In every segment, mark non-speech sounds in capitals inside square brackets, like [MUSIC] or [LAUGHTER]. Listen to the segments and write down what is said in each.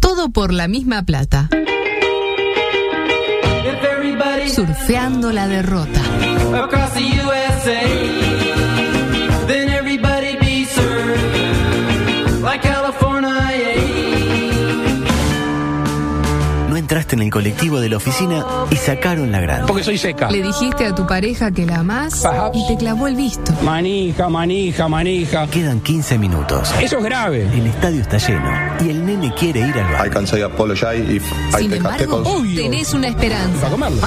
Todo por la misma plata. Surfeando la derrota. across the USA. Then everybody'd be served like California. No entraste en el colectivo de la oficina y sacaron la grande. Porque soy seca. Le dijiste a tu pareja que la amás Perhaps. y te clavó el visto. Manija, manija, manija. Quedan 15 minutos. Eso es grave. El estadio está lleno y el nene quiere ir al I bar. can say apologize if I Sin take a embargo, tackle. Obvio. tenés una esperanza. Para comerlo.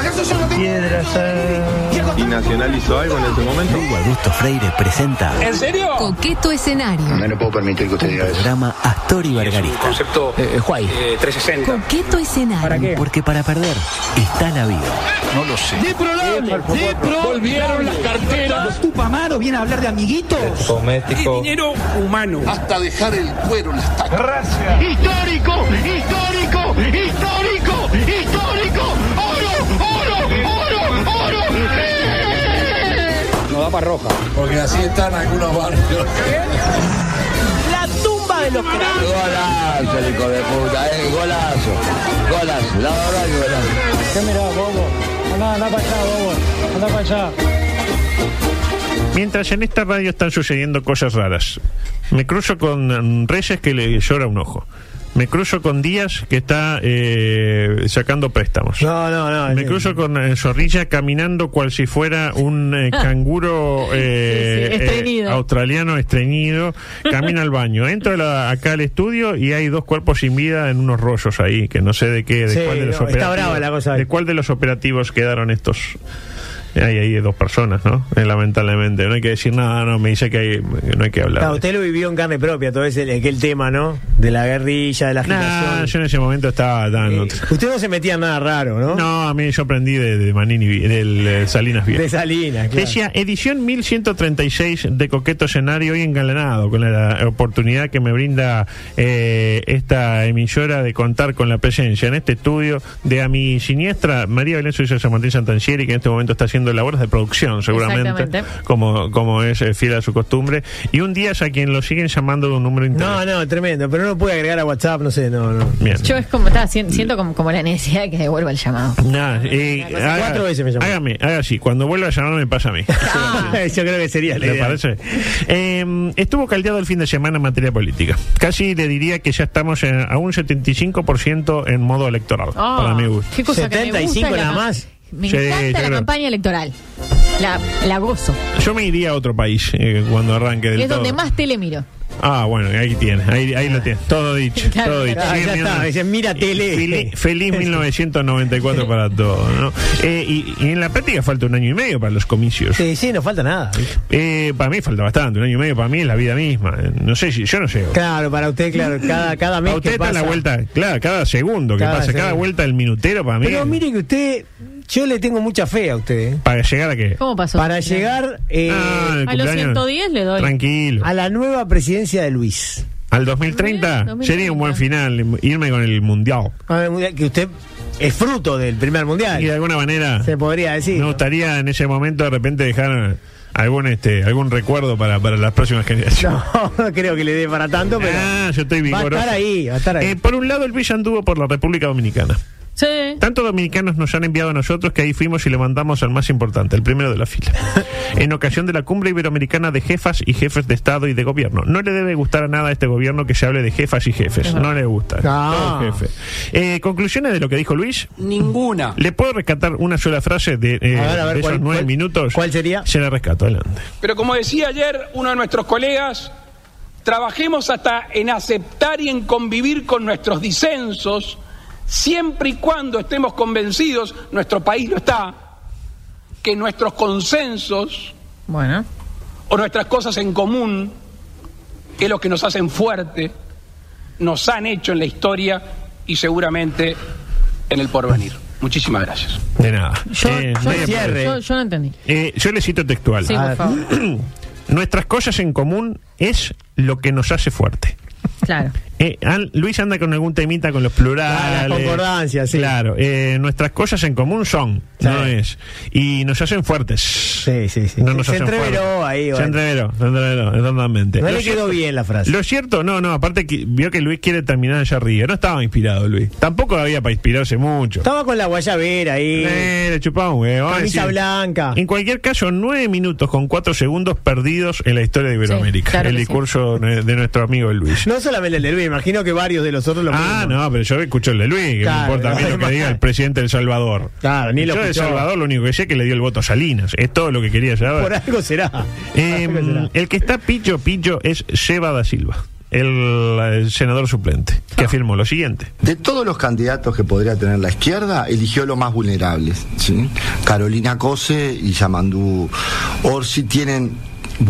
¿Y Nacional hizo algo en ese momento? Hugo Augusto Freire presenta ¿En serio? Coqueto escenario. No puedo permitir que usted el diga eso. programa Astor y Bargarista. Concepto Eh, eh, Juay. eh, 360. Coqueto ¿Para escenario. qué? Porque para perder está la vida. Volvieron las carteras. Doméstico. Dinero humano. Hasta dejar el cuero en las tacas. histórico, histórico, histórico, histórico, oro, oro, oro, oro. Nos da para roja. Porque así están algunos barrios. La tumba de los cráneos. Golazo, el hijo de puta, eh, golazo. Golazo, la verdad que golazo. Mientras en esta radio están sucediendo cosas raras. Me cruzo con mm, Reyes que le llora un ojo. Me cruzo con Díaz que está eh, sacando préstamos. No, no, no. Me cruzo con eh, Zorrilla caminando cual si fuera un [LAUGHS] eh, canguro eh, Sí, sí, estreñido. eh, australiano estreñido. Camina al baño. Entro a la- acá al estudio y hay dos cuerpos sin vida en unos rollos ahí, que no sé de qué, de Sí, cuál de los no, está operativos- brava la cosa. de cuál de los operativos quedaron estos. Hay ahí dos personas, ¿no? Eh, lamentablemente. No hay que decir nada, no, me dice que, hay- que no hay que hablar. Claro, Ah, usted lo vivió en carne propia, todo ese aquel tema, ¿no? De la guerrilla, de la Nah, yo agitación. en ese momento estaba tan... Eh, usted no se metía en nada raro, ¿no? No, a mí yo aprendí de, de Manini, Vi- del eh, Salinas Viejo. De Salinas, claro. Decía, edición 1136 de Coqueto Escenario, hoy engalanado con la oportunidad que me brinda eh, esta emisora de contar con la presencia en este estudio de a mi siniestra María Belén Suiza San Martín Santancieri, que en este momento está haciendo labores de producción, seguramente, Exactamente. como, como es eh, fiel a su costumbre. Y un día es a quien lo siguen llamando de un número No, interno. no, tremendo. Pero no lo puede agregar a WhatsApp, no sé, no, no. Bien. Yo es como, está, siento, siento como, como la necesidad de que devuelva el llamado. Nah, eh, haga- Cuatro veces me llamó. Ah. Hágame, haga así. Cuando vuelva a llamar me pasa a [LAUGHS] mí. yo creo que sería la ¿Le idea. parece? Eh, estuvo caldeado el fin de semana en materia política. Casi le diría que ya estamos en- a un 75% en modo electoral, Ah, para mi gusto. Qué cosa que me gusta 75 la- nada más. Me Sí, yo encanta la creo. campaña electoral. La, la gozo. Yo me iría a otro país eh, cuando arranque del es donde todo. más tele miro. Ah, bueno, ahí tiene, ahí, ahí lo tiene. [LAUGHS] Todo dicho, Claro, todo dicho. Ah, Sigue ya mirando- está, dice, mira tele. Feliz, [LAUGHS] feliz 1994 para todos, ¿no? Eh, y, y en la práctica falta un año y medio para los comicios. Sí, sí, no falta nada. Eh, para mí falta bastante, un año y medio para mí es la vida misma. Eh, No sé si, yo no sé. Claro, para usted, claro, cada, cada mes A usted que está pasa. la vuelta, claro, cada segundo que Cada pasa, cada segundo. vuelta el minutero para mí. Pero mire que usted, yo le tengo mucha fe a usted. ¿eh? Para llegar a qué? ¿Cómo pasó? Para llegar eh, Ah, el a los cumpleaños. 110 le doy. Tranquilo. a la nueva presidencia de Luis. Al 2030 Bien, sería un buen 2030. final irme con el mundial. A ver, Ah, Que usted es fruto del primer mundial. Y de alguna manera Se podría decir. me gustaría en ese momento de repente dejar algún este algún recuerdo para, para las próximas generaciones. [LAUGHS] No, no creo que le dé para tanto, pero. Ah, yo estoy va a vigoroso. estar ahí, va a estar ahí. Eh, por un lado, el Villa anduvo por la República Dominicana. Sí. Tantos dominicanos nos han enviado a nosotros que ahí fuimos y le mandamos al más importante, el primero de [LAUGHS] la fila. en ocasión de la cumbre iberoamericana de jefas y jefes de Estado y de gobierno. No le debe gustar a nada a este gobierno que se hable de jefas y jefes. No le gusta. Ah. Todo es jefe. Eh, Conclusiones de lo que dijo Luis. Ninguna. ¿Le puedo rescatar una sola frase de, eh, A ver, a ver, de esos ¿cuál- nueve cuál- minutos? cuál sería? Se la rescato, adelante. Pero como decía ayer uno de nuestros colegas, trabajemos hasta en aceptar y en convivir con nuestros disensos, siempre y cuando estemos convencidos, nuestro país lo está, que nuestros consensos Bueno. o nuestras cosas en común es lo que nos hacen fuerte, nos han hecho en la historia y seguramente en el porvenir. Muchísimas gracias. De nada. Yo, Eh, yo- nadie cierre. puede. yo- yo no entendí. Eh, yo le cito textual. [CLEARS THROAT] Sí, por favor. Nuestras cosas en común es lo que nos hace fuerte. Claro. Eh, An- Luis anda con algún temita con los plurales. Ah, las concordancias, sí. Claro. eh, nuestras cosas en común son, Sí. no es. Y nos hacen fuertes. Sí, sí, sí. No nos Se hacen entreveró fuertes. ahí, Se bueno. entreveró, se entreveró, exactamente. No Lo le quedó cierto- bien la frase. Lo cierto, no, no, aparte que vio que Luis quiere terminar allá arriba. No estaba inspirado, Luis. Tampoco había para inspirarse mucho. Estaba con la guayabera ahí. Eh, le chupaba un huevo. Camisa Es decir, blanca. En cualquier caso, nueve minutos con cuatro segundos perdidos en la historia de Iberoamérica. Sí, claro el que sí. discurso ne- de nuestro amigo Luis. No solamente el de Luis, me imagino que varios de los otros lo ah, mismo. no, pero yo escucho el de Luis, que Claro, me importa a mí no, lo que no. diga el presidente de El Salvador. Claro, ni lo yo de El escuchó. Salvador lo único que sé es que le dio el voto a Salinas. Es todo lo que quería saber. Por algo será. Eh, Por algo será. el que está pillo pillo es Seba da Silva, el, eh, senador suplente, que afirmó lo siguiente. De todos los candidatos que podría tener la izquierda, eligió los más vulnerables. ¿sí? Carolina Cose y Yamandú Orsi tienen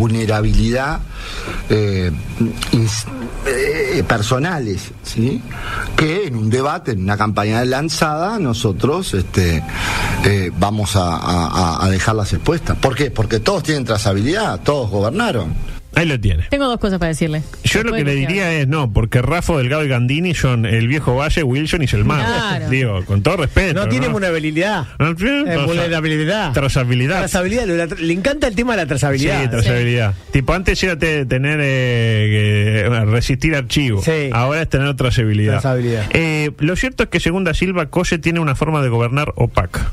vulnerabilidad eh, ins- eh, personales, ¿sí? que en un debate, en una campaña de lanzada, nosotros este, eh, vamos a, a- a- a dejarlas expuestas. ¿Por qué? Porque todos tienen trazabilidad, todos gobernaron. Ahí lo tiene. Tengo dos cosas para decirle. Yo lo Después que le de diría es no, porque Rafa Delgado y Gandini son el viejo Valle, Wilson y Selmán. Claro. Digo, con todo respeto. No tiene vulnerabilidad. No tiene Eh, traza- vulnerabilidad. Trazabilidad. Trazabilidad, lo de la tra- le encanta el tema de la trazabilidad. Sí, trazabilidad. Tipo, antes era te- tener eh, que resistir archivo. Sí. Ahora es tener trazabilidad. Trazabilidad. Eh, lo cierto es que según Da Silva, Cose tiene una forma de gobernar opaca.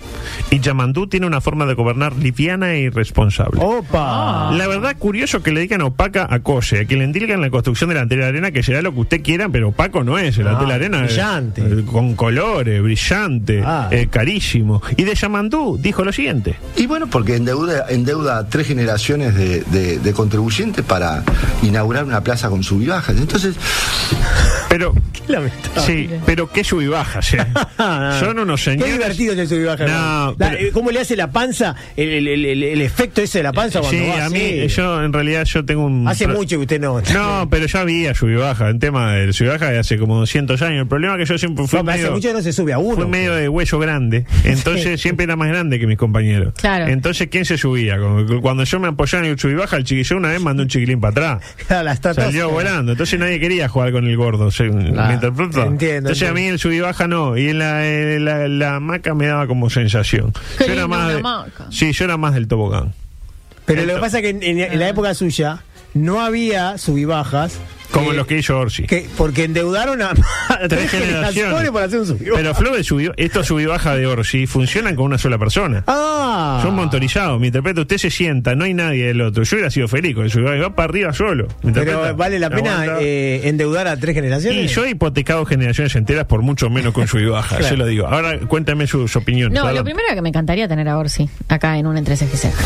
Y Yamandú tiene una forma de gobernar liviana e irresponsable. Oh. Opa. Ah, La verdad, curioso que le digan opaca a Cose, a que le endilgan la construcción de la antena de arena, que será lo que usted quiera, pero opaco no es. La Ah, antena de arena es- brillante. eh, con colores, brillante, Ah. eh, carísimo. Y de Yamandú dijo lo siguiente. Y bueno, porque endeuda, endeuda a tres generaciones de, de- de contribuyentes para inaugurar una plaza con subibajas. Entonces, Pero, Qué lamentable. [LAUGHS] sí, pero qué subibajas, eh. Son unos Ah, Qué señores. divertido es el subibaje. No, La- pero- eh, ¿Cómo le hace la panza? El, el- el- el- el efecto ese de la panza cuando Sí, va a así. mí, eh, yo en realidad yo tengo un... Hace pro- mucho que usted no. No, pero ya había subibaja. En tema del subibaja de hace como 200 años. El problema es que yo siempre fui No, pero hace medio- mucho que no se sube a uno. Fue medio de hueso grande, entonces siempre era más grande que mis compañeros. Claro. Entonces, ¿quién se subía? Como- Cuando yo me apoyaba en el subibaja, el chiquillo una vez mandó un chiquilín para atrás. [LAUGHS] A las tatas. Salió volando, entonces nadie quería jugar con el gordo. ¿se- ¿Me interpreto? entiendo, Entonces a mí el subibaja no, y en la, eh, la, la hamaca me daba como sensación. Qué yo era linda más una de- hamaca. Sí, yo era más del tobogán. Pero lo que pasa es que en, en- en la época suya no había subibajas. Como eh, los que hizo Orsi. que- porque endeudaron a, [LAUGHS] a [LAUGHS] Tres generaciones. para hacer un subibaja. Pero Flo de subió, estos subibaja de Orsi funcionan con una sola persona. ah. Son motorizados, me interpreta. Usted se sienta, no hay nadie del otro. Yo hubiera sido feliz con el subibaja, va para arriba solo. ¿me interpreta? Pero vale la pena Aguanta. eh, endeudar a tres Y generaciones. yo he hipotecado generaciones enteras por mucho menos con su baja, Claro. se lo digo. Ahora cuéntame sus opiniones. No, lo Adelante. primero que me encantaría tener a Orsi acá en un entre ceja y ceja.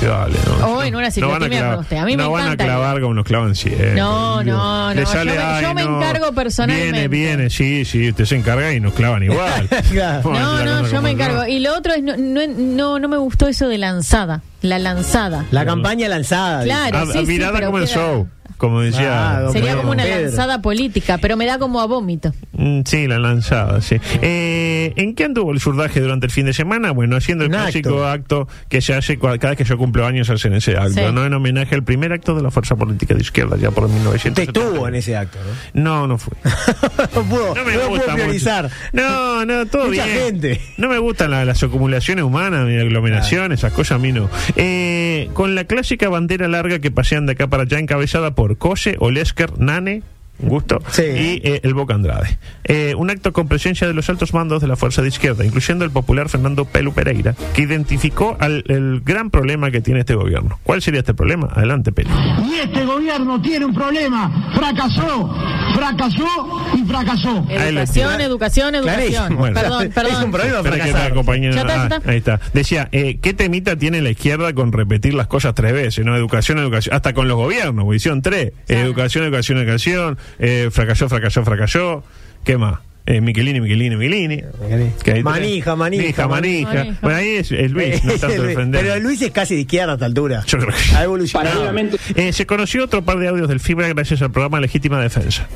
Ay, dale, no, O en una van a ciclotimia clavar- con usted. A mí me no van a encanta. clavar como nos clavan siempre. No, Digo, no, le no, sale, yo me- "Ay, yo me no, encargo personalmente". Viene, viene, sí, sí, usted se encarga y nos clavan [LAUGHS] igual. Claro. Póngase No, la no, cosa yo como me es, ¿no? encargo. Y lo otro es, no, no, no, no me gustó eso de lanzada. La lanzada. La campaña lanzada. dice. Claro, Ah, sí, sí, mirada pero como el queda- show, como decía. Ah, don Sería Pedro. como una Pedro. lanzada política, pero me da como a vómito. Mm, Sí, la lanzada, sí. Eh, ¿En qué anduvo el surdaje durante el fin de semana? Bueno, haciendo el Un clásico acto. que se hace cua- cada vez que yo cumplo años, hacen ese acto, Sí. ¿no? En homenaje al primer acto de la Fuerza Política de Izquierda, ya por Usted 1970. estuvo en ese acto, ¿no? No, no fui. no pudo, [LAUGHS] No no me lo pudo gusta mucho. priorizar. No, no, todo Mucha bien. gente. No me gustan la- las acumulaciones humanas, mi aglomeración, esas cosas a mí no. Eh, con la clásica bandera larga que pasean de acá para allá, encabezada por Cose, Olesker, Nane. un Gusto. Sí. Y eh, el Boca Andrade. Eh, un acto con presencia de los altos mandos de la fuerza de izquierda, incluyendo el popular Fernando Pelu Pereira, que identificó al, el gran problema que tiene este gobierno. ¿Cuál sería este problema? Adelante, Pelu. Y este gobierno tiene un problema. Fracasó, fracasó y fracasó. Ahí Ah, lo Educación, tiene. educación, educación. Bueno. Perdón, [LAUGHS] perdón. Es un problema Espera que fracasar. la compañera- Ya está, ya ah, está. ahí está. Decía, eh, ¿qué temita tiene la izquierda con repetir las cosas tres veces? ¿No? Educación, educación. Hasta con los gobiernos, porque hicieron tres. Claro. Educación, educación, educación. eh, fracasó, fracasó, fracasó. ¿Qué más? Eh, Michelini, Michelini, Michelini. Michelini. Que ahí tenés. Manija, manija, Manija, manija. manija. Bueno, ahí es, es [LAUGHS] Luis, no es tanto defender. Pero Luis es casi de izquierda a esta altura. Yo creo que- Ha evolucionado. Paralelamente- Eh, se conoció otro par de audios del FIBRA gracias al programa Legítima Defensa.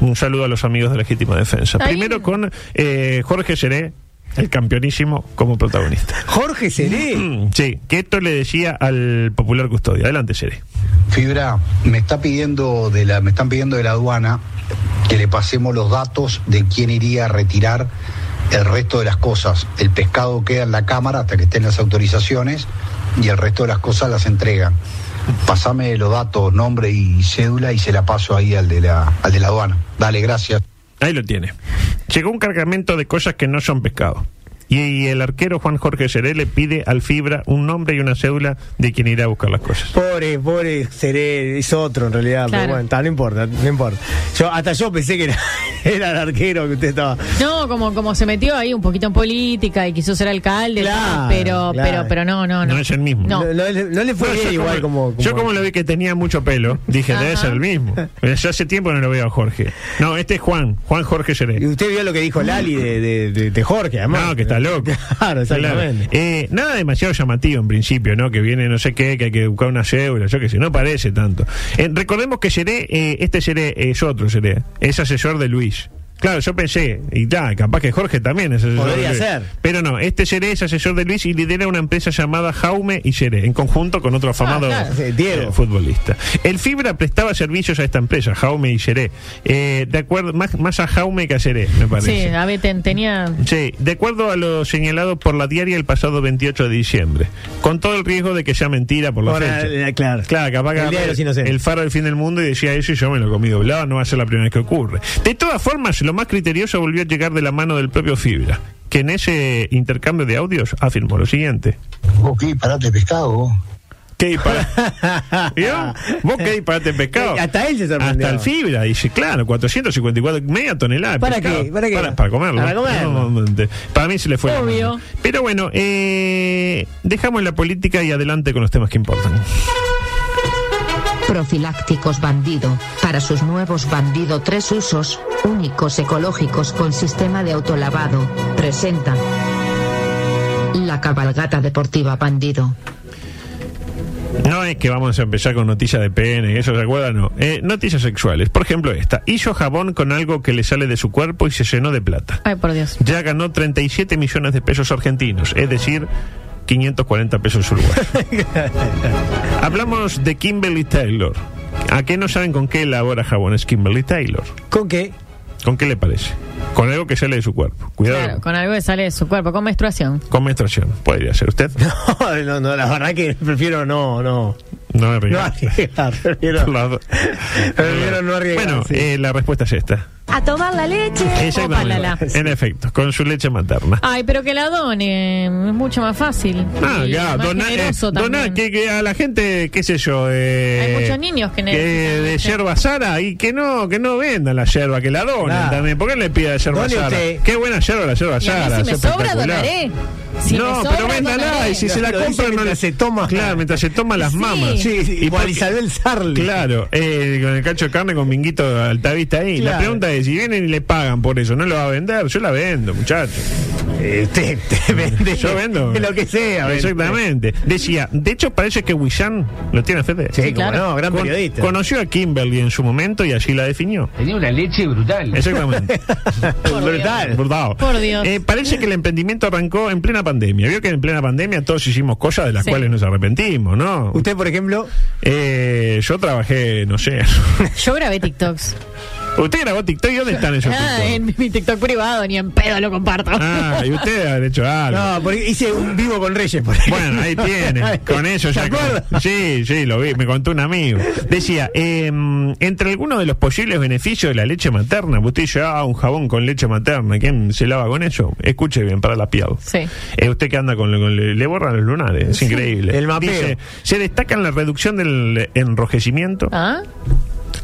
Un saludo a los amigos de Legítima Defensa. Ahí. Primero con eh, Jorge Seré, el campeonísimo, como protagonista. Jorge Seré. Mm, Sí, que esto le decía al popular custodio. Adelante, Seré. Fibra, me está pidiendo de la, me están pidiendo de la aduana que le pasemos los datos de quién iría a retirar el resto de las cosas. El pescado queda en la cámara hasta que estén las autorizaciones y el resto de las cosas las entregan. Pasame los datos, nombre y cédula y se la paso ahí al de la, al de la aduana. Dale, gracias. Ahí lo tiene. Llegó un cargamento de cosas que no son pescado. Y, y el arquero Juan Jorge Seré le pide al Fibra un nombre y una cédula de quien irá a buscar las cosas. Pobre, pobre Seré, es otro en realidad, Claro. pero bueno, está, no importa, no importa. Yo, hasta yo pensé que era, [LAUGHS] era el arquero que usted estaba. No, como, como se metió ahí un poquito en política y quiso ser alcalde, Claro, pero, claro. pero, pero no, no, no. No es el mismo. No. No, no le- no le fue No, bien yo igual como. Yo como lo vi que tenía mucho pelo, dije, debe Ajá. ser el mismo. Pero Yo hace tiempo no lo veo a Jorge. No, este es Juan, Juan Jorge Seré. Y usted vio lo que dijo Lali de, de- de- de Jorge, además. No, que está loco. [LAUGHS] Claro, exactamente. Claro. Eh, nada demasiado llamativo en principio, ¿no? Que viene no sé qué, que hay que buscar una cédula, yo qué sé, no parece tanto. Eh, recordemos que Seré, eh, este Seré es otro Seré, es asesor de Luis. Claro, yo pensé, y ta, capaz que Jorge también es asesor. de Podría Luis. ser. Pero no, este Seré es asesor de Luis y lidera una empresa llamada Jaume y Seré, en conjunto con otro afamado Ah, claro, sí, Diego. eh, futbolista. El Fibra prestaba servicios a esta empresa, Jaume y Seré. Eh, de acuerdo, más, más a Jaume que a Seré, me parece. Sí, a ver, ten- tenía. Sí, de acuerdo a lo señalado por la diaria el pasado 28 de diciembre, con todo el riesgo de que sea mentira por la Ahora, fecha. eh, claro. Claro, capaz que El día de los inocentes. el faro del fin del mundo y decía eso y yo me lo comí doblado, no va a ser la primera vez que ocurre. De todas formas, lo más criterioso volvió a llegar de la mano del propio Fibra, que en ese intercambio de audios afirmó lo siguiente. Vos qué disparate pescado vos. ¿Qué disparate? [LAUGHS] ¿Vio? ¿Vos qué disparate en pescado? Eh, Hasta él se sorprendió. Hasta el Fibra, dice, claro, 454, media tonelada de ¿Para pescado. qué? ¿Para qué? Para, para comerlo. Para comerlo. Obviamente. Para mí se le fue. la Obvio. mano. Pero bueno, eh, dejamos la política y adelante con los temas que importan. Profilácticos Bandido, para sus nuevos Bandido tres usos, únicos ecológicos con sistema de autolavado, presenta la cabalgata deportiva Bandido. No es que vamos a empezar con noticias de PN, eso se acuerdan, no. Eh, noticias sexuales. Por ejemplo, esta. Hizo jabón con algo que le sale de su cuerpo y se llenó de plata. Ay, por Dios. Ya ganó 37 millones de pesos argentinos, es decir, 540 pesos [LAUGHS] uruguayos. Hablamos de Kimberly Taylor. ¿A qué no saben con qué elabora jabones Kimberly Taylor? ¿Con qué? [LAUGHS] ¿Con qué le parece? Con algo que sale de su cuerpo. Cuidado. Claro, con algo que sale de su cuerpo, con menstruación. Con menstruación, podría ser usted. No, no, no, la verdad que prefiero no, no. No me No río. [LAUGHS] arriesgar, prefiero, Por las dos. prefiero no arriesgar. Bueno, sí. eh, la respuesta es esta. A tomar la leche. Exactamente. En efecto, con su leche materna. Ay, pero que la done, es mucho más fácil. Ah, Y ya, más donar, eh, generoso también. donar, que, que a la gente, qué sé yo, eh, Hay muchos niños que que necesitan de leche. yerba sara y que no, que no vendan la yerba, que la donen Claro. también. ¿Por qué le pide la yerba Done sara? usted. Qué buena yerba la yerba Y a mí sara. si me es sobra, espectacular. donaré. Si no, me sobra, pero véndala donaré. y si se la Lo dice compran no le mientras se toma. Claro, mientras se toma las Sí. mamas. Sí, sí, Y igual porque- Isabel Sarli. Claro, eh, con el cacho de carne con minguito de altavista ahí. La Claro. pregunta es, si vienen y le pagan por eso, ¿no lo va a vender? Yo la vendo, muchachos. Eh, usted, [LAUGHS] usted [LAUGHS] vende. Yo vendo. Lo que sea, vende. Exactamente. Decía, de hecho parece que Wisan lo tiene a Fede. Sí, como claro. no, gran Con- periodista. conoció a Kimberly en su momento y así la definió. Tenía una leche brutal. [LAUGHS] Exactamente. Brutal. Bordado. Por Dios. Eh, parece que el emprendimiento arrancó en plena pandemia. Vio que en plena pandemia todos hicimos cosas de las Sí. cuales nos arrepentimos, ¿no? Usted, por ejemplo, Eh, yo trabajé, no sé. [LAUGHS] Yo grabé TikToks. Usted grabó TikTok y ¿dónde están esos [LAUGHS] Ah, TikTok? en mi TikTok privado, ni en pedo lo comparto. Ah, y usted ha hecho algo. no, porque hice un vivo con Reyes, por ejemplo. Bueno, [LAUGHS] ahí tiene. Con eso ¿Se ya. acuerda? Sí, sí, lo vi. Me contó un amigo. Decía, eh, entre algunos de los posibles beneficios de la leche materna, usted dice, ah, un jabón con leche materna, ¿quién se lava con eso? Escuche bien, para la piel. Sí. Eh, usted que anda con, con- le, le borran los lunares, es increíble. El mapeo. Dice, se destaca en la reducción del enrojecimiento, ¿Ah?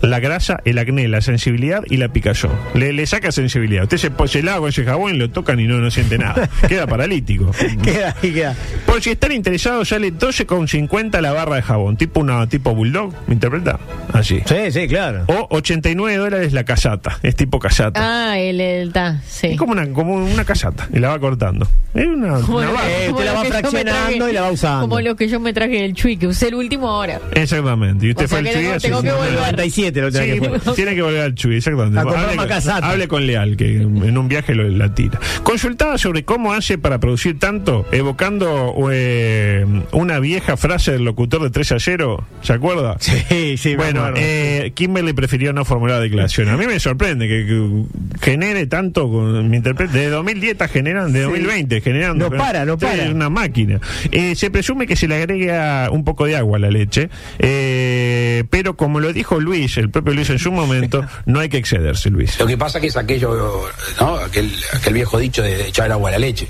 la grasa, el acné, la sensibilidad y la picazón. Le, le saca sensibilidad. Usted se, po- se lava con ese jabón, lo tocan y no, no [LAUGHS] siente nada. Queda paralítico. [LAUGHS] Queda ahí, queda. Por si están interesados, sale 12,50 la barra de jabón. Tipo una tipo bulldog, ¿me interpreta? Así. Sí, sí, claro. O 89 dólares la casata. Es tipo casata. Ah, el, el ta, sí. Es como una, como una casata. Y la va cortando. Es [LAUGHS] una, Como una lo barra. que- Eh, como usted la lo va que yo me fraccionando traje- y la va usando. Como lo que yo me traje del chui, que usé el último ahora. Exactamente. Y usted O sea fue que el tengo- tengo chico, sí, que sí, volver. sí. 97 Olvídate lo otra Sí, que fue. tiene que volver al Chuy, exactamente. A comprar Hable con, macasata. hable con Leal, que en un viaje lo, la tira. Consultada sobre cómo hace para producir tanto, evocando eh, una vieja frase del locutor de 3 a 0, ¿se acuerda? Sí, sí, me Bueno, acuerdo. eh, Kimberly prefirió no formular declaración. A mí me sorprende que, que genere tanto, con- me interprete, de 2010 está generando, de Sí. 2020 generando. No para, no Usted para. es una máquina. Eh, se presume que se le agrega un poco de agua a la leche, eh, pero como lo dijo Luis, el propio Luis en su momento, no hay que excederse, Luis. Lo que pasa que es aquello, ¿no? Aquel, aquel viejo dicho de echar agua a la leche.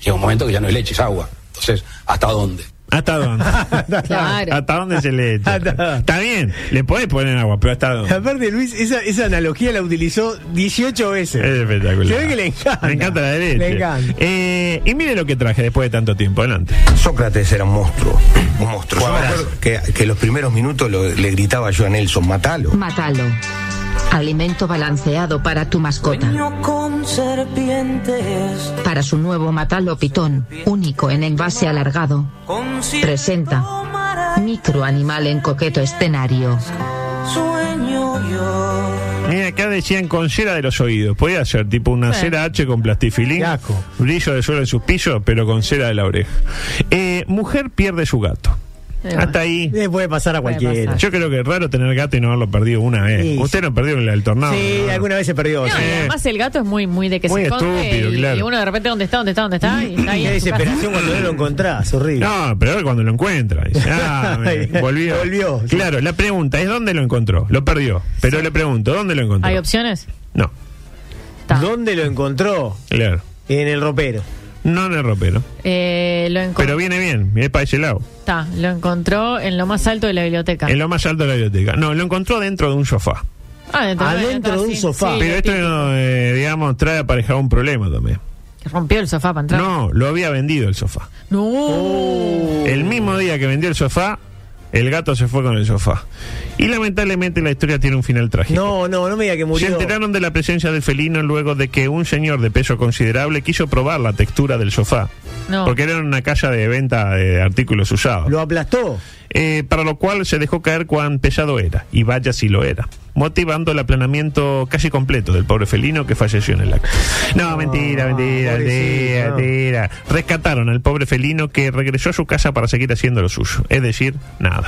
Llega un momento que ya no es leche, es agua. Entonces, ¿hasta dónde? ¿Hasta dónde? [LAUGHS] Claro. ¿Hasta dónde se le echa? Está bien, le podés poner agua, pero ¿hasta dónde? Aparte, Luis, esa, esa analogía la utilizó 18 veces. Es espectacular. Se ve que le encanta. Me encanta la derecha. Le encanta. Eh, y mire lo que traje después de tanto tiempo. Adelante. Sócrates era un monstruo, un monstruo. Yo me acuerdo que, que los primeros minutos lo- le gritaba yo a Nelson, matalo. Mátalo. Alimento balanceado para tu mascota. Con serpientes, Para su nuevo Matalo Pitón, único en envase alargado. con Presenta. Microanimal en coqueto escenario. sueño yo. Mira, acá decían con cera de los oídos. Podía ser tipo una Bueno. cera H con plastifilín, brillo de suelo en sus pisos, pero con cera de la oreja. Eh, mujer pierde su gato. Hasta ahí. puede pasar a cualquiera. Yo creo que es raro tener gato y no haberlo perdido una vez. Sí, Usted no perdió el, el tornado. Sí, ¿no? alguna vez se perdió. No, sí. y además el gato es muy, muy de que Muy se esconde estúpido, y, claro. y uno de repente dónde está, dónde está, dónde está y está ahí Qué en su casa. desesperación cuando no lo encontrás, horrible. No, pero cuando lo encuentra. [LAUGHS] dice, ah, mira, volvió. Volvió, sí. Claro, la pregunta es dónde lo encontró. Lo perdió. Pero le pregunto, ¿dónde lo encontró? ¿Hay opciones? No, ¿Dónde lo encontró? claro. En el ropero. No en el ropero. Eh, lo, encon- Pero viene bien, es para ese lado. está, lo encontró en lo más alto de la biblioteca. En lo más alto de la biblioteca. No, lo encontró dentro de un sofá. Ah, dentro- Adentro dentro, de un sí, sofá. sí, Pero esto, eh, digamos, trae aparejado un problema también. que rompió el sofá para entrar. No, Oh, lo había vendido el sofá. No. El mismo Oh. día que vendió el sofá, el gato se fue con el sofá. Y lamentablemente la historia tiene un final trágico. No, no, no me diga que Se murió. enteraron de la presencia del felino luego de que un señor de peso considerable quiso probar la textura del sofá. No. Porque era una casa de venta de artículos usados. Lo aplastó. [LAUGHS] Eh, para lo cual se dejó caer cuán pesado era, y vaya si lo era, motivando el aplanamiento casi completo del pobre felino que falleció en el acto. No, mentira, mentira, mentira, pobrecito. mentira. Rescataron al pobre felino que regresó a su casa para seguir haciendo lo suyo, es decir, [LAUGHS] nada.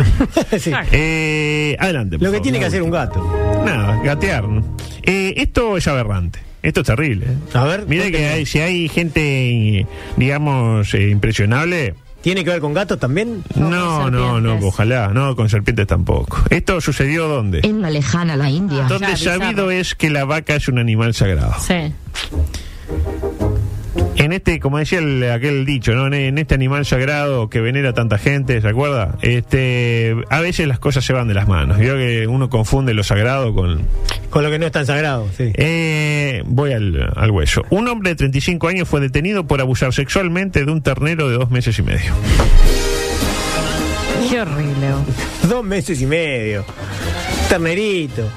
Sí. Eh, adelante. por Lo que favor, tiene que la hacer un última. gato. Nada, gatear. ¿no? Eh, esto es aberrante. Esto es terrible. A ver. Mire que hay- si hay gente, eh, digamos, eh, impresionable, ¿Tiene que ver con gatos también? no, no, no, ojalá. No, con serpientes tampoco. ¿Esto sucedió dónde? En la lejana la India. Donde sabido es que la vaca es un animal sagrado. Sí. En este, como decía el- aquel dicho, ¿no? En, en este animal sagrado que venera tanta gente, ¿se acuerda? Este, a veces las cosas se van de las manos. Yo que uno confunde lo sagrado con... Con lo que no es tan sagrado, sí. Eh, voy al, al hueso. Un hombre de 35 años fue detenido por abusar sexualmente de un ternero de dos meses y medio. Qué horrible. vos. Dos meses y medio. Ternerito.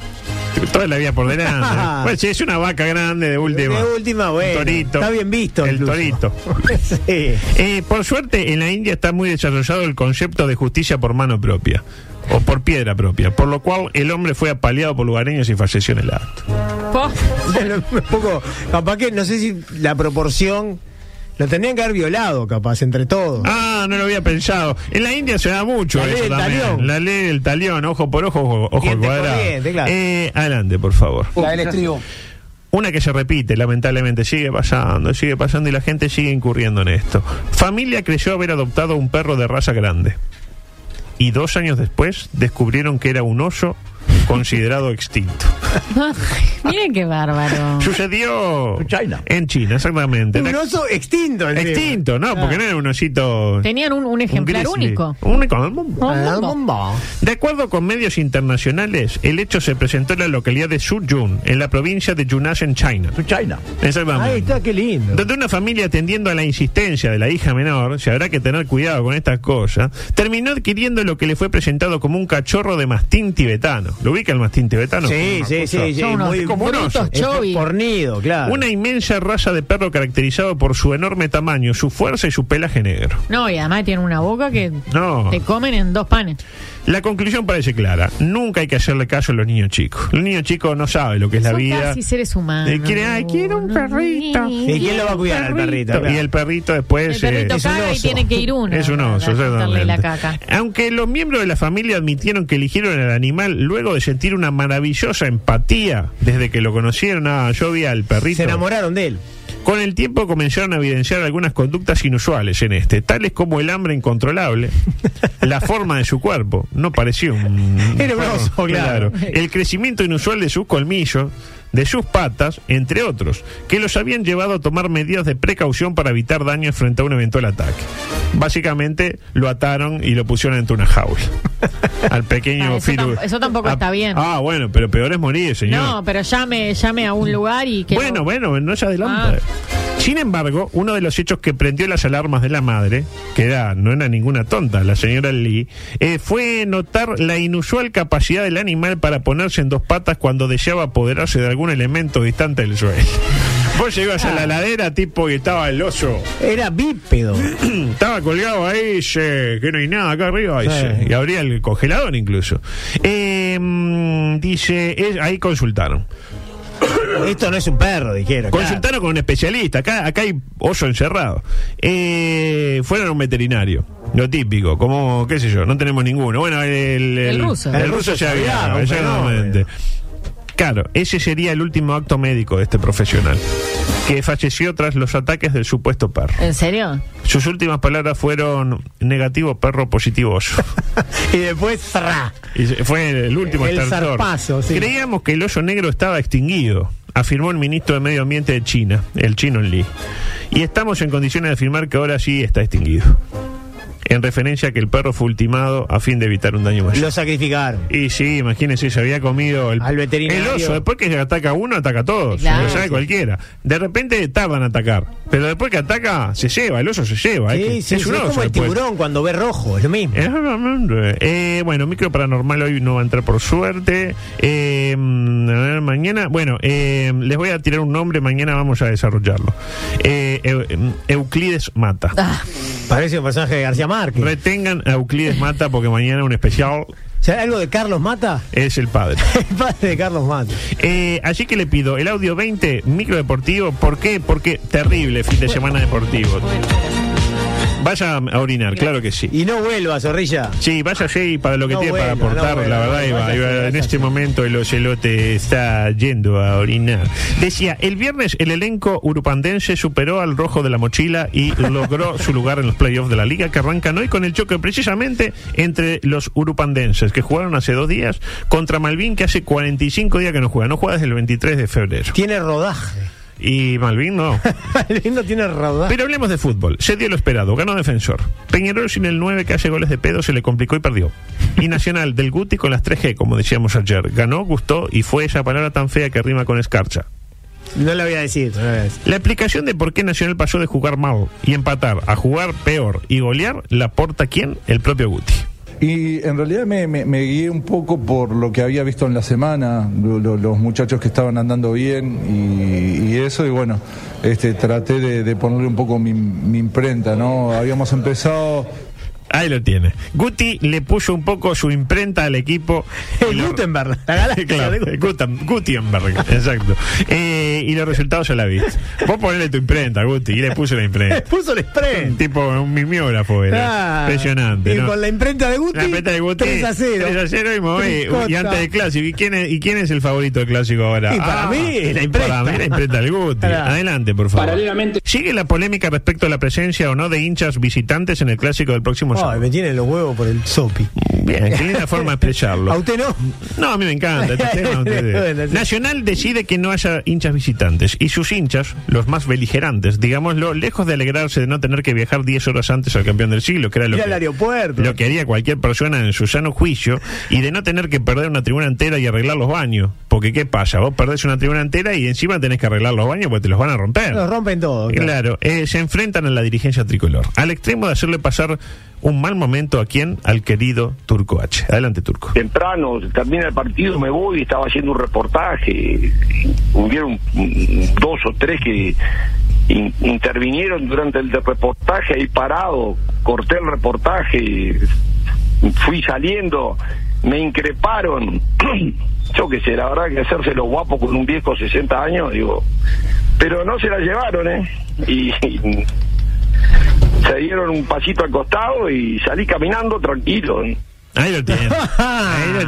Toda la vida por delante. [LAUGHS] bueno, si es una vaca grande, de última. De última, bueno. Un torito. Está bien visto. El incluso. torito. [LAUGHS] sí. Eh, por suerte, en la India está muy desarrollado el concepto de justicia por mano propia o por piedra propia, por lo cual el hombre fue apaleado por lugareños y falleció en el acto. Po. [LAUGHS] Bueno, un poco, capaz que no sé si la proporción lo tendrían que haber violado, capaz, entre todos. Ah, no lo había pensado. En la India se da mucho La ley eso del también. talión. La ley del talión, ojo por ojo, ojo, ojo al Diente por cuadrado. diente, claro. Eh, adelante, por favor. La del estribo. Una que se repite, lamentablemente, sigue pasando, sigue pasando y la gente sigue incurriendo en esto. Familia creyó haber adoptado un perro de raza grande. Y dos años después descubrieron que era un oso [LAUGHS] considerado extinto. Miren qué bárbaro. Sucedió en China, exactamente. Un La- oso extinto. encima. extinto, ¿no? Porque no era un osito. Tenían un, un un ejemplar grizzly. único. Único en el mundo. Ah, bomba. De acuerdo con medios internacionales, el hecho se presentó en la localidad de Suzhou, en la provincia de Yunnan, en China. China. Ahí Exactamente. está, qué lindo. Donde una familia atendiendo a la insistencia de la hija menor, se habrá que tener cuidado con estas cosas, terminó adquiriendo lo que le fue presentado como un cachorro de mastín tibetano. ¿Lo ubica el mastín tibetano? Sí, Una sí, sí, cosa- sí, Son unos- muy- como un brutos, oso. Es Chovi. fornido, claro. Una inmensa raza de perro caracterizado por su enorme tamaño, su fuerza y su pelaje negro. No, y además tienen una boca que No. te comen en dos panes. La conclusión parece clara. Nunca hay que hacerle caso a los niños chicos. Los niños chicos no saben lo que es la Son vida. casi seres humanos. Eh, quiere- ay, quiere un perrito. ¿Y quién lo va a cuidar al perrito? Y el perrito después El perrito eh, es un caga y oso. tiene que ir uno Es un a- a oso, cortarle la exactamente. caca. Aunque los miembros de la familia admitieron que eligieron al animal luego de sentir una maravillosa empatía desde que lo conocieron, ah, yo vi al perrito. Se enamoraron de él. Con el tiempo comenzaron a evidenciar algunas conductas inusuales en este, tales como el [LAUGHS] hambre incontrolable, la forma de su cuerpo, no parecía un... [LAUGHS] Era un oso, claro. El crecimiento inusual de sus colmillos, de sus patas, entre otros, que los habían llevado a tomar medidas de precaución para evitar daños frente a un eventual ataque. Básicamente lo ataron y lo pusieron dentro de [LAUGHS] una jaula. Al pequeño Ah, eso Firu. tam- eso tampoco está bien. Ah, bueno, pero peor es morir, señor. No, pero llame, llame a un lugar y que. Bueno, bueno, no se adelanta. Sin embargo, uno de los hechos que prendió las alarmas de la madre, que era, no era ninguna tonta, la señora Lee, eh, fue notar la inusual capacidad del animal para ponerse en dos patas cuando deseaba apoderarse de algún elemento distante del suelo. [LAUGHS] Vos llegás a la ladera, tipo, y estaba el oso. [CLEARS THROAT] Era bípedo. Estaba colgado ahí, che, que no hay nada acá arriba, ahí, che. y abría el congelador incluso. Eh, mm, dice, eh, ahí consultaron. Esto no es un perro, dijeron. claro. Consultaron con un especialista. Acá, acá hay oso encerrado. Eh, fueron a un veterinario. Lo típico, como, qué sé yo, no tenemos ninguno. Bueno, el, el, El ruso. El, ruso se había. un fenómeno. exactamente. Claro, ese sería el último acto médico de este profesional, que falleció tras los ataques del supuesto perro. ¿En serio? Sus últimas palabras fueron negativo perro, positivo oso. Y después, ¡zra! Y se- fue el último El estertor. zarpazo, sí. Creíamos que el hoyo negro estaba extinguido, afirmó el ministro de Medio Ambiente de China, el chino Li. Y estamos en condiciones de afirmar que ahora sí está extinguido. En referencia a que el perro fue ultimado a fin de evitar un daño mayor. Lo sacrificaron. Y sí, imagínense, se había comido el, Al veterinario. el oso. Después que se ataca a uno, ataca a todos. Claro. Lo sabe cualquiera. De repente tardan en atacar. Pero después que ataca, se lleva. El oso se lleva. Sí, Es que- sí, sí, es es un oso. como el después. tiburón cuando ve rojo, es lo mismo. Eh, eh, bueno, micro paranormal hoy no va a entrar por suerte. Eh, mm, a ver, mañana, bueno, eh, les voy a tirar un nombre, mañana vamos a desarrollarlo. Eh, Eu- em, Euclides Mata. Parece un personaje de García Márquez. Retengan a Euclides Mata porque mañana un especial ¿Será algo de Carlos Mata? [LAUGHS] es el padre. El padre de Carlos Mata. Eh, así que le pido el audio 20, micro deportivo. ¿Por qué? Porque terrible fin de semana deportivo. Vaya a orinar, claro que sí. Y no vuelva, zorrilla. Sí, váyase y para lo que No, tiene para bueno, aportar, no, bueno, la verdad, no, Iba, váyase, Iba, en váyase. este momento el ocelote está yendo a orinar. Decía, el viernes el elenco urupandense superó al rojo de la mochila y [LAUGHS] logró su lugar en los playoffs de la liga que arrancan hoy con el choque precisamente entre los urupandenses que jugaron hace dos días contra Malvin que hace 45 días que no juega, no juega desde el 23 de febrero. Tiene rodaje. [LAUGHS] Y Malvin no. Malvin no tiene rodaje. Pero hablemos de fútbol. Se dio lo esperado, ganó defensor. Peñarol sin el 9 que hace goles de pedo se le complicó y perdió. Y Nacional del Guti con las 3G, como decíamos ayer. Ganó, gustó y fue esa palabra tan fea que rima con escarcha. No la voy a decir. no la voy a decir. La explicación de por qué Nacional pasó de jugar mal y empatar a jugar peor y golear la aporta quién? El propio Guti. Y en realidad me, me- me guié un poco por lo que había visto en la semana, lo- lo- los muchachos que estaban andando bien y, y eso, y bueno, este, traté de, de ponerle un poco mi, mi imprenta, ¿no? Habíamos [LAUGHS] empezado... Ahí lo tiene. Guti le puso un poco su imprenta al equipo. Y lo- Gutenberg, [LAUGHS] la galaxia Claro, de Gutenberg. Gutem- Gutenberg, exacto. Eh, y los resultados ya la viste. Vos ponele tu imprenta, Guti, y le puso la [LAUGHS] imprenta. Puso el Un sprint. tipo, un mimeógrafo era. Ah, Impresionante. Y ¿no? con la imprenta de Guti. La imprenta de Guti. 3 a 0. 3 a 0 y moví. Tricota. Y antes del clásico. ¿Y quién es, y quién es el favorito del clásico ahora? Ah, Y para mí, la imprenta. Para mí la imprenta del Guti. Pará. Adelante, por favor. Paralelamente, Sigue la polémica respecto a la presencia o no de hinchas visitantes en el clásico del próximo Ay, sábado. me tienen los huevos por el sopi. Bien, qué linda forma de [LAUGHS] expresarlo. ¿A usted no? No, a mí me encanta [LAUGHS] este tema. Ustedes. Nacional decide que no haya hinchas visitantes y sus hinchas, los más beligerantes, digámoslo, lejos de alegrarse de no tener que viajar 10 horas antes al campeón del siglo, que era lo Ir al que, aeropuerto. lo que haría cualquier persona en su sano juicio, y de no tener que perder una tribuna entera y arreglar los baños. Porque, ¿qué pasa? Vos perdés una tribuna entera y encima tenés que arreglar los baños porque te los van a romper. Los rompen todo. claro. Claro, eh, se enfrentan a la dirigencia tricolor, al extremo de hacerle pasar un mal momento a quien, al querido Turco H. Adelante, Turco. temprano, termina el partido, me voy, estaba haciendo un reportaje, hubieron mm, dos o tres que in- intervinieron durante el reportaje, ahí parado, corté el reportaje, fui saliendo, me increparon. [CLEARS THROAT] Yo qué sé, la verdad que hacerse los guapos con un viejo 60 años, digo. Pero no se la llevaron, ¿eh? Y, [LAUGHS] y se dieron un pasito al costado y salí caminando tranquilo. Ahí [LAUGHS] lo tiene. Ahí lo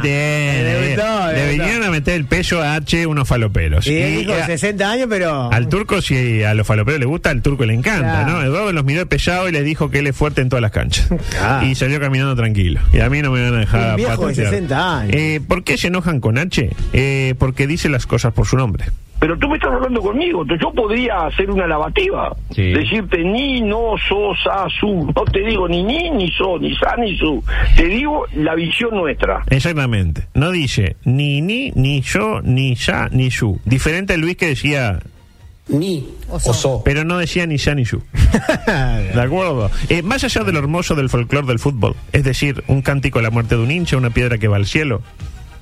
Le tiene. Le, gustó, le gustó. vinieron a meter el pecho a H unos faloperos. Y él dijo a- 60 años, pero. al turco, si a los faloperos le gusta, al turco le encanta, Claro. ¿no? Eduardo los miró de pellado y les dijo que él es fuerte en todas las canchas. Claro. Y salió caminando tranquilo. Y a mí no me van a dejar. Ah. Un viejo de patotear. 60 años. Eh, ¿Por qué se enojan con H? Eh, porque dice las cosas por su nombre. Pero tú me estás hablando conmigo, tú- yo podría hacer una lavativa. Sí. Decirte ni, no, so, sa, su. No te digo ni ni, ni so, ni sa, ni su. Te digo la visión nuestra. Exactamente. No dice ni ni, ni yo, ni ya, ni su. Diferente a Luis que decía Ni o so. Pero no decía ni ya [LAUGHS] ni su. De acuerdo. Eh, más allá de lo hermoso del folclore del fútbol, es decir, un cántico a la muerte de un hincha, una piedra que va al cielo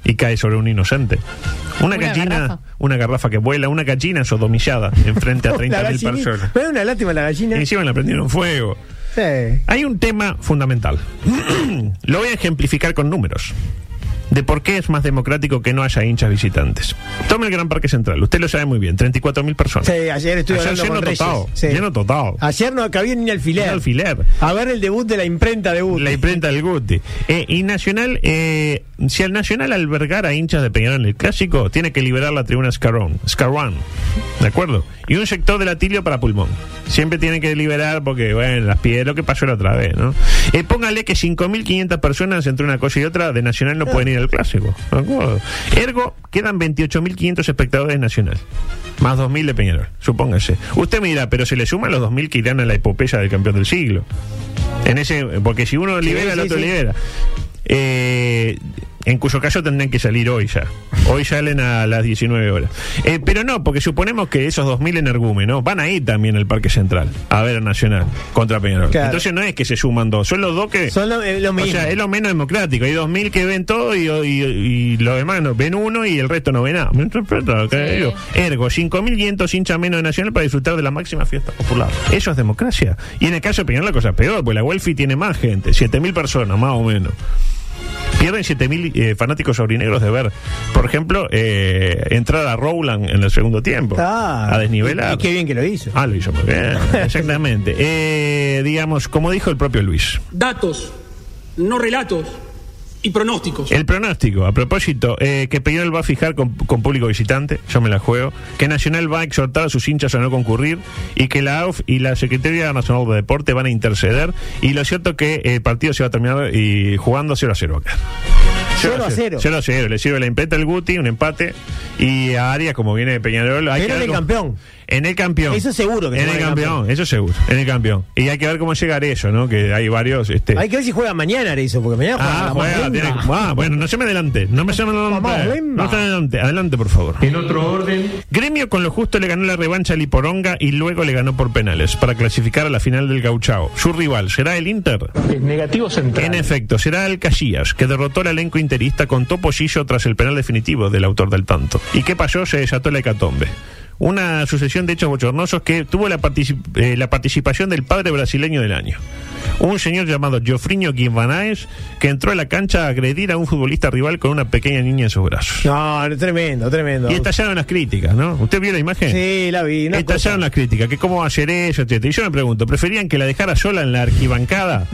y cae sobre un inocente. Una Una, gallina, garrafa. una garrafa que vuela, una gallina sodomillada enfrente [LAUGHS] a La 30.000 gallinita. personas. Pero es una lástima la Y gallina. encima la prendieron fuego. Sí. Hay un tema fundamental. [CLEARS THROAT] Lo voy a ejemplificar con números. De por qué es más democrático que no haya hinchas visitantes. Tome el Gran Parque Central. Usted lo sabe muy bien. 34.000 personas. Sí, ayer estuve Ayer hablando lleno con Reyes. totado, Sí. lleno totado. Ayer no cabía ni un alfiler. Un alfiler. A ver el debut de la imprenta de Guti. La imprenta del Guti. Eh, y Nacional, eh, si al Nacional albergar a hinchas de Peñarol en el Clásico, tiene que liberar la tribuna Scarrón. Scarrón. ¿De acuerdo? Y un sector del atilio para pulmón. Siempre tiene que liberar porque, bueno, las piedras, lo que pasó la otra vez, ¿no? Eh, póngale que 5.500 personas entre una cosa y otra de Nacional no pueden ir al Clásico. ¿De acuerdo? Ergo, quedan 28.500 espectadores de Nacional. Más 2.000 de Peñarol, supóngase. Usted me dirá, pero se le suman los 2.000 que irán a la epopeya del campeón del siglo. En ese, porque si uno libera, el sí, otro sí. libera. Eh, en cuyo caso tendrían que salir hoy ya. Hoy salen a las 19 horas. Eh, pero no, porque suponemos que esos 2.000 energúmenos van a ir también al Parque Central a ver a Nacional contra Peñarol. Claro. Entonces no es que se suman dos, son los dos que. Son lo, eh, lo o mismo. sea, es lo menos democrático. Hay 2.000 que ven todo y, y- y los demás no. Ven uno y el resto no ven nada. ¿Me interpreta lo que Sí. digo? Ergo, 5.500 hinchas menos de Nacional para disfrutar de la máxima fiesta popular. Eso es democracia. Y en el caso de Peñarol la cosa es peor, porque la Welfi tiene más gente, 7.000 personas más o menos. Pierden 7.000 eh, fanáticos aurinegros de ver, por ejemplo, eh, entrar a Rowland en el segundo tiempo. Ah. a desnivelar. Y, y qué bien que lo hizo. Ah, lo hizo muy [LAUGHS] bien. Exactamente. Eh, digamos, como dijo el propio Luis. Datos, no relatos y pronósticos. El pronóstico, a propósito, eh, que Peñarol va a fijar con, con público visitante, yo me la juego, que Nacional va a exhortar a sus hinchas a no concurrir y que la AUF y la Secretaría Nacional de Deporte van a interceder y lo cierto que eh, el partido se va a terminar y jugando 0 a 0 acá. 0 a 0. 0 a 0, le sirve la imprenta al Guti, un empate y a Arias como viene de Peñarol. hay que Pero en ver el cómo- campeón. En el campeón. Eso seguro que se En va el de campeón, campeón. eso seguro, en el campeón. Y hay que ver cómo llegar eso, ¿no? Que hay varios... Este, Hay que ver si juega mañana, Arezzo, porque mañana juega. Ah, la juega, Mazemba. tiene- ah, bueno, no se me adelante. No me se me adelante. Mazemba. No se me adelante. Adelante, por favor. En otro orden, Gremio con lo justo le ganó la revancha a Liporonga y luego le ganó por penales para clasificar a la final del Gauchao. Su rival será el Inter. negativo central. En efecto, será el Casillas, que derrotó al elenco interista con toposillo tras el penal definitivo del autor del tanto. ¿Y qué pasó? Se desató la hecatombe. Una sucesión de hechos bochornosos que tuvo la, partici- eh, la participación del padre brasileño del año. Un señor llamado Jofrinho Guimaraes que entró a la cancha a agredir a un futbolista rival con una pequeña niña en sus brazos. No, no, tremendo, tremendo. Y estallaron las críticas, ¿no? ¿Usted vio la imagen? Sí, la vi. una cosa. Estallaron las críticas, que cómo va a hacer eso, etcétera. Y yo me pregunto, ¿preferían que la dejara sola en la arquibancada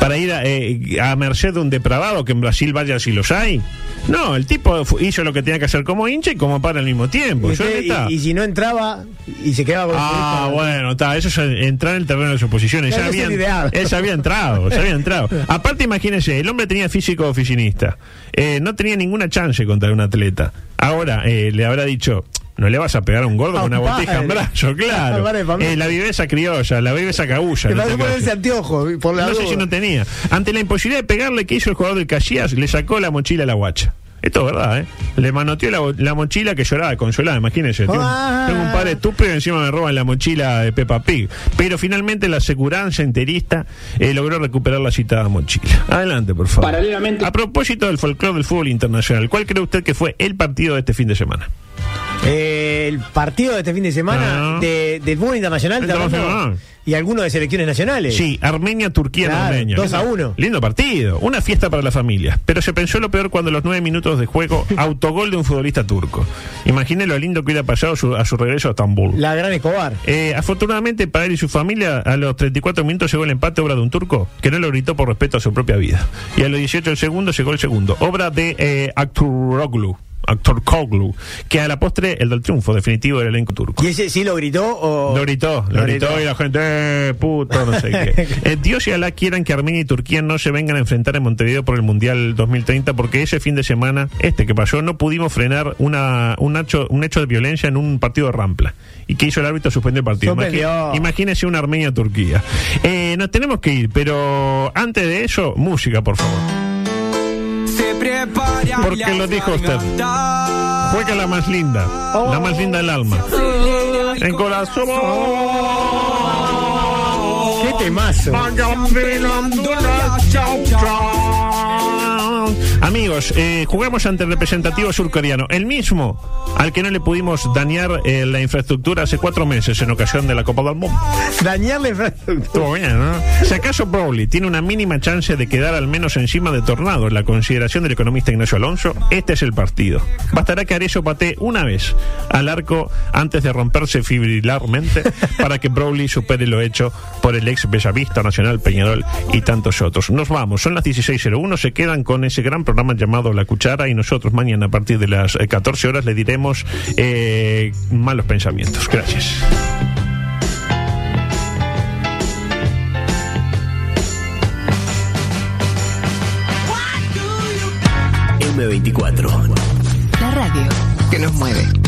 para ir a, eh, a merced de un depravado que en Brasil vaya si los hay? No, el tipo fu- hizo lo que tenía que hacer como hincha y como para al mismo tiempo. Y, Yo, usted- neta- y- y si no entraba y se quedaba con el Pues, Ah, futbolista, bueno, está, eso es entrar en el terreno de suposiciones. Claro, Ya es el habían- ideal. él ya había entrado, ya había entrado. Aparte, imagínense, el hombre tenía físico oficinista. Eh, no tenía ninguna chance contra un atleta. Ahora, eh, le habrá dicho, no le vas a pegar a un gordo A con una un botija en padre. brazo, [LAUGHS] A un claro. padre de familia. Eh, la viveza criolla, la viveza cabulla. Que en para este no ponerse caso. anteojos, por la No sé duda. si no tenía. Ante la imposibilidad de pegarle que hizo el jugador del Casillas, le sacó la mochila a la guacha. Esto es verdad, ¿eh? Le manoteó la, bo- la mochila que lloraba, consolada, imagínense. Tengo, Ah. tengo un padre estúpido y encima me roban la mochila de Peppa Pig. Pero finalmente la aseguranza enterista eh, logró recuperar la citada mochila. Adelante, por favor. Paralelamente- A propósito del folclore del fútbol internacional, ¿cuál cree usted que fue el partido de este fin de semana? Eh, del partido de este fin de semana No. de, del fútbol internacional El de estamos Barcelona. hablando, y algunos de selecciones nacionales. Sí, Armenia-Turquía Claro, en Armenia. 2 a 1. Lindo partido, una fiesta para la familia. Pero se pensó lo peor cuando a los nueve minutos [LAUGHS] de juego, autogol de un futbolista turco. Imagine lo lindo que hubiera pasado su- a su regreso a Estambul. La gran Escobar. Eh, afortunadamente para él y su familia, a los 34 minutos llegó el empate, obra de un turco, que no lo gritó por respeto a su propia vida. Y a los 18 del segundo llegó el segundo, obra de eh, Akturoglu. Actor Koglu, que a la postre el del triunfo definitivo del elenco turco. ¿Y ese sí lo gritó o.? Lo gritó, lo, gritó, y la gente, "Eh, puto, no sé qué. Eh, Dios y Alá quieran que Armenia y Turquía no se vengan a enfrentar en Montevideo por el Mundial 2030, porque ese fin de semana, este que pasó, no pudimos frenar una, un, hecho, un hecho de violencia en un partido de Rampla. ¿Y que hizo el árbitro? Suspendió el partido. Suspendió. Imagi- imagínese una Armenia-Turquía. Eh, nos tenemos que ir, pero antes de eso, música, por favor. Porque lo dijo usted. Juega la más linda, la más linda del alma. En corazón. ¡Qué temazo! Amigos, eh, jugamos ante el representativo surcoreano, el mismo al que no le pudimos dañar eh, la infraestructura hace cuatro meses en ocasión de la Copa del Mundo. Dañar la infraestructura. Estuvo bien, ¿no? Si acaso Brawley tiene una mínima chance de quedar al menos encima de Tornado en la consideración del economista Ignacio Alonso, este es el partido. Bastará que Arezzo patee una vez al arco antes de romperse fibrilarmente para que Brawley supere lo hecho por el ex Bellavista Nacional Peñarol y tantos otros. Nos vamos, son las 16.01, se quedan con ese gran programa llamado La Cuchara y nosotros mañana a partir de las eh, 14 horas le diremos eh, malos pensamientos. Gracias. M24. La radio. Que nos mueve.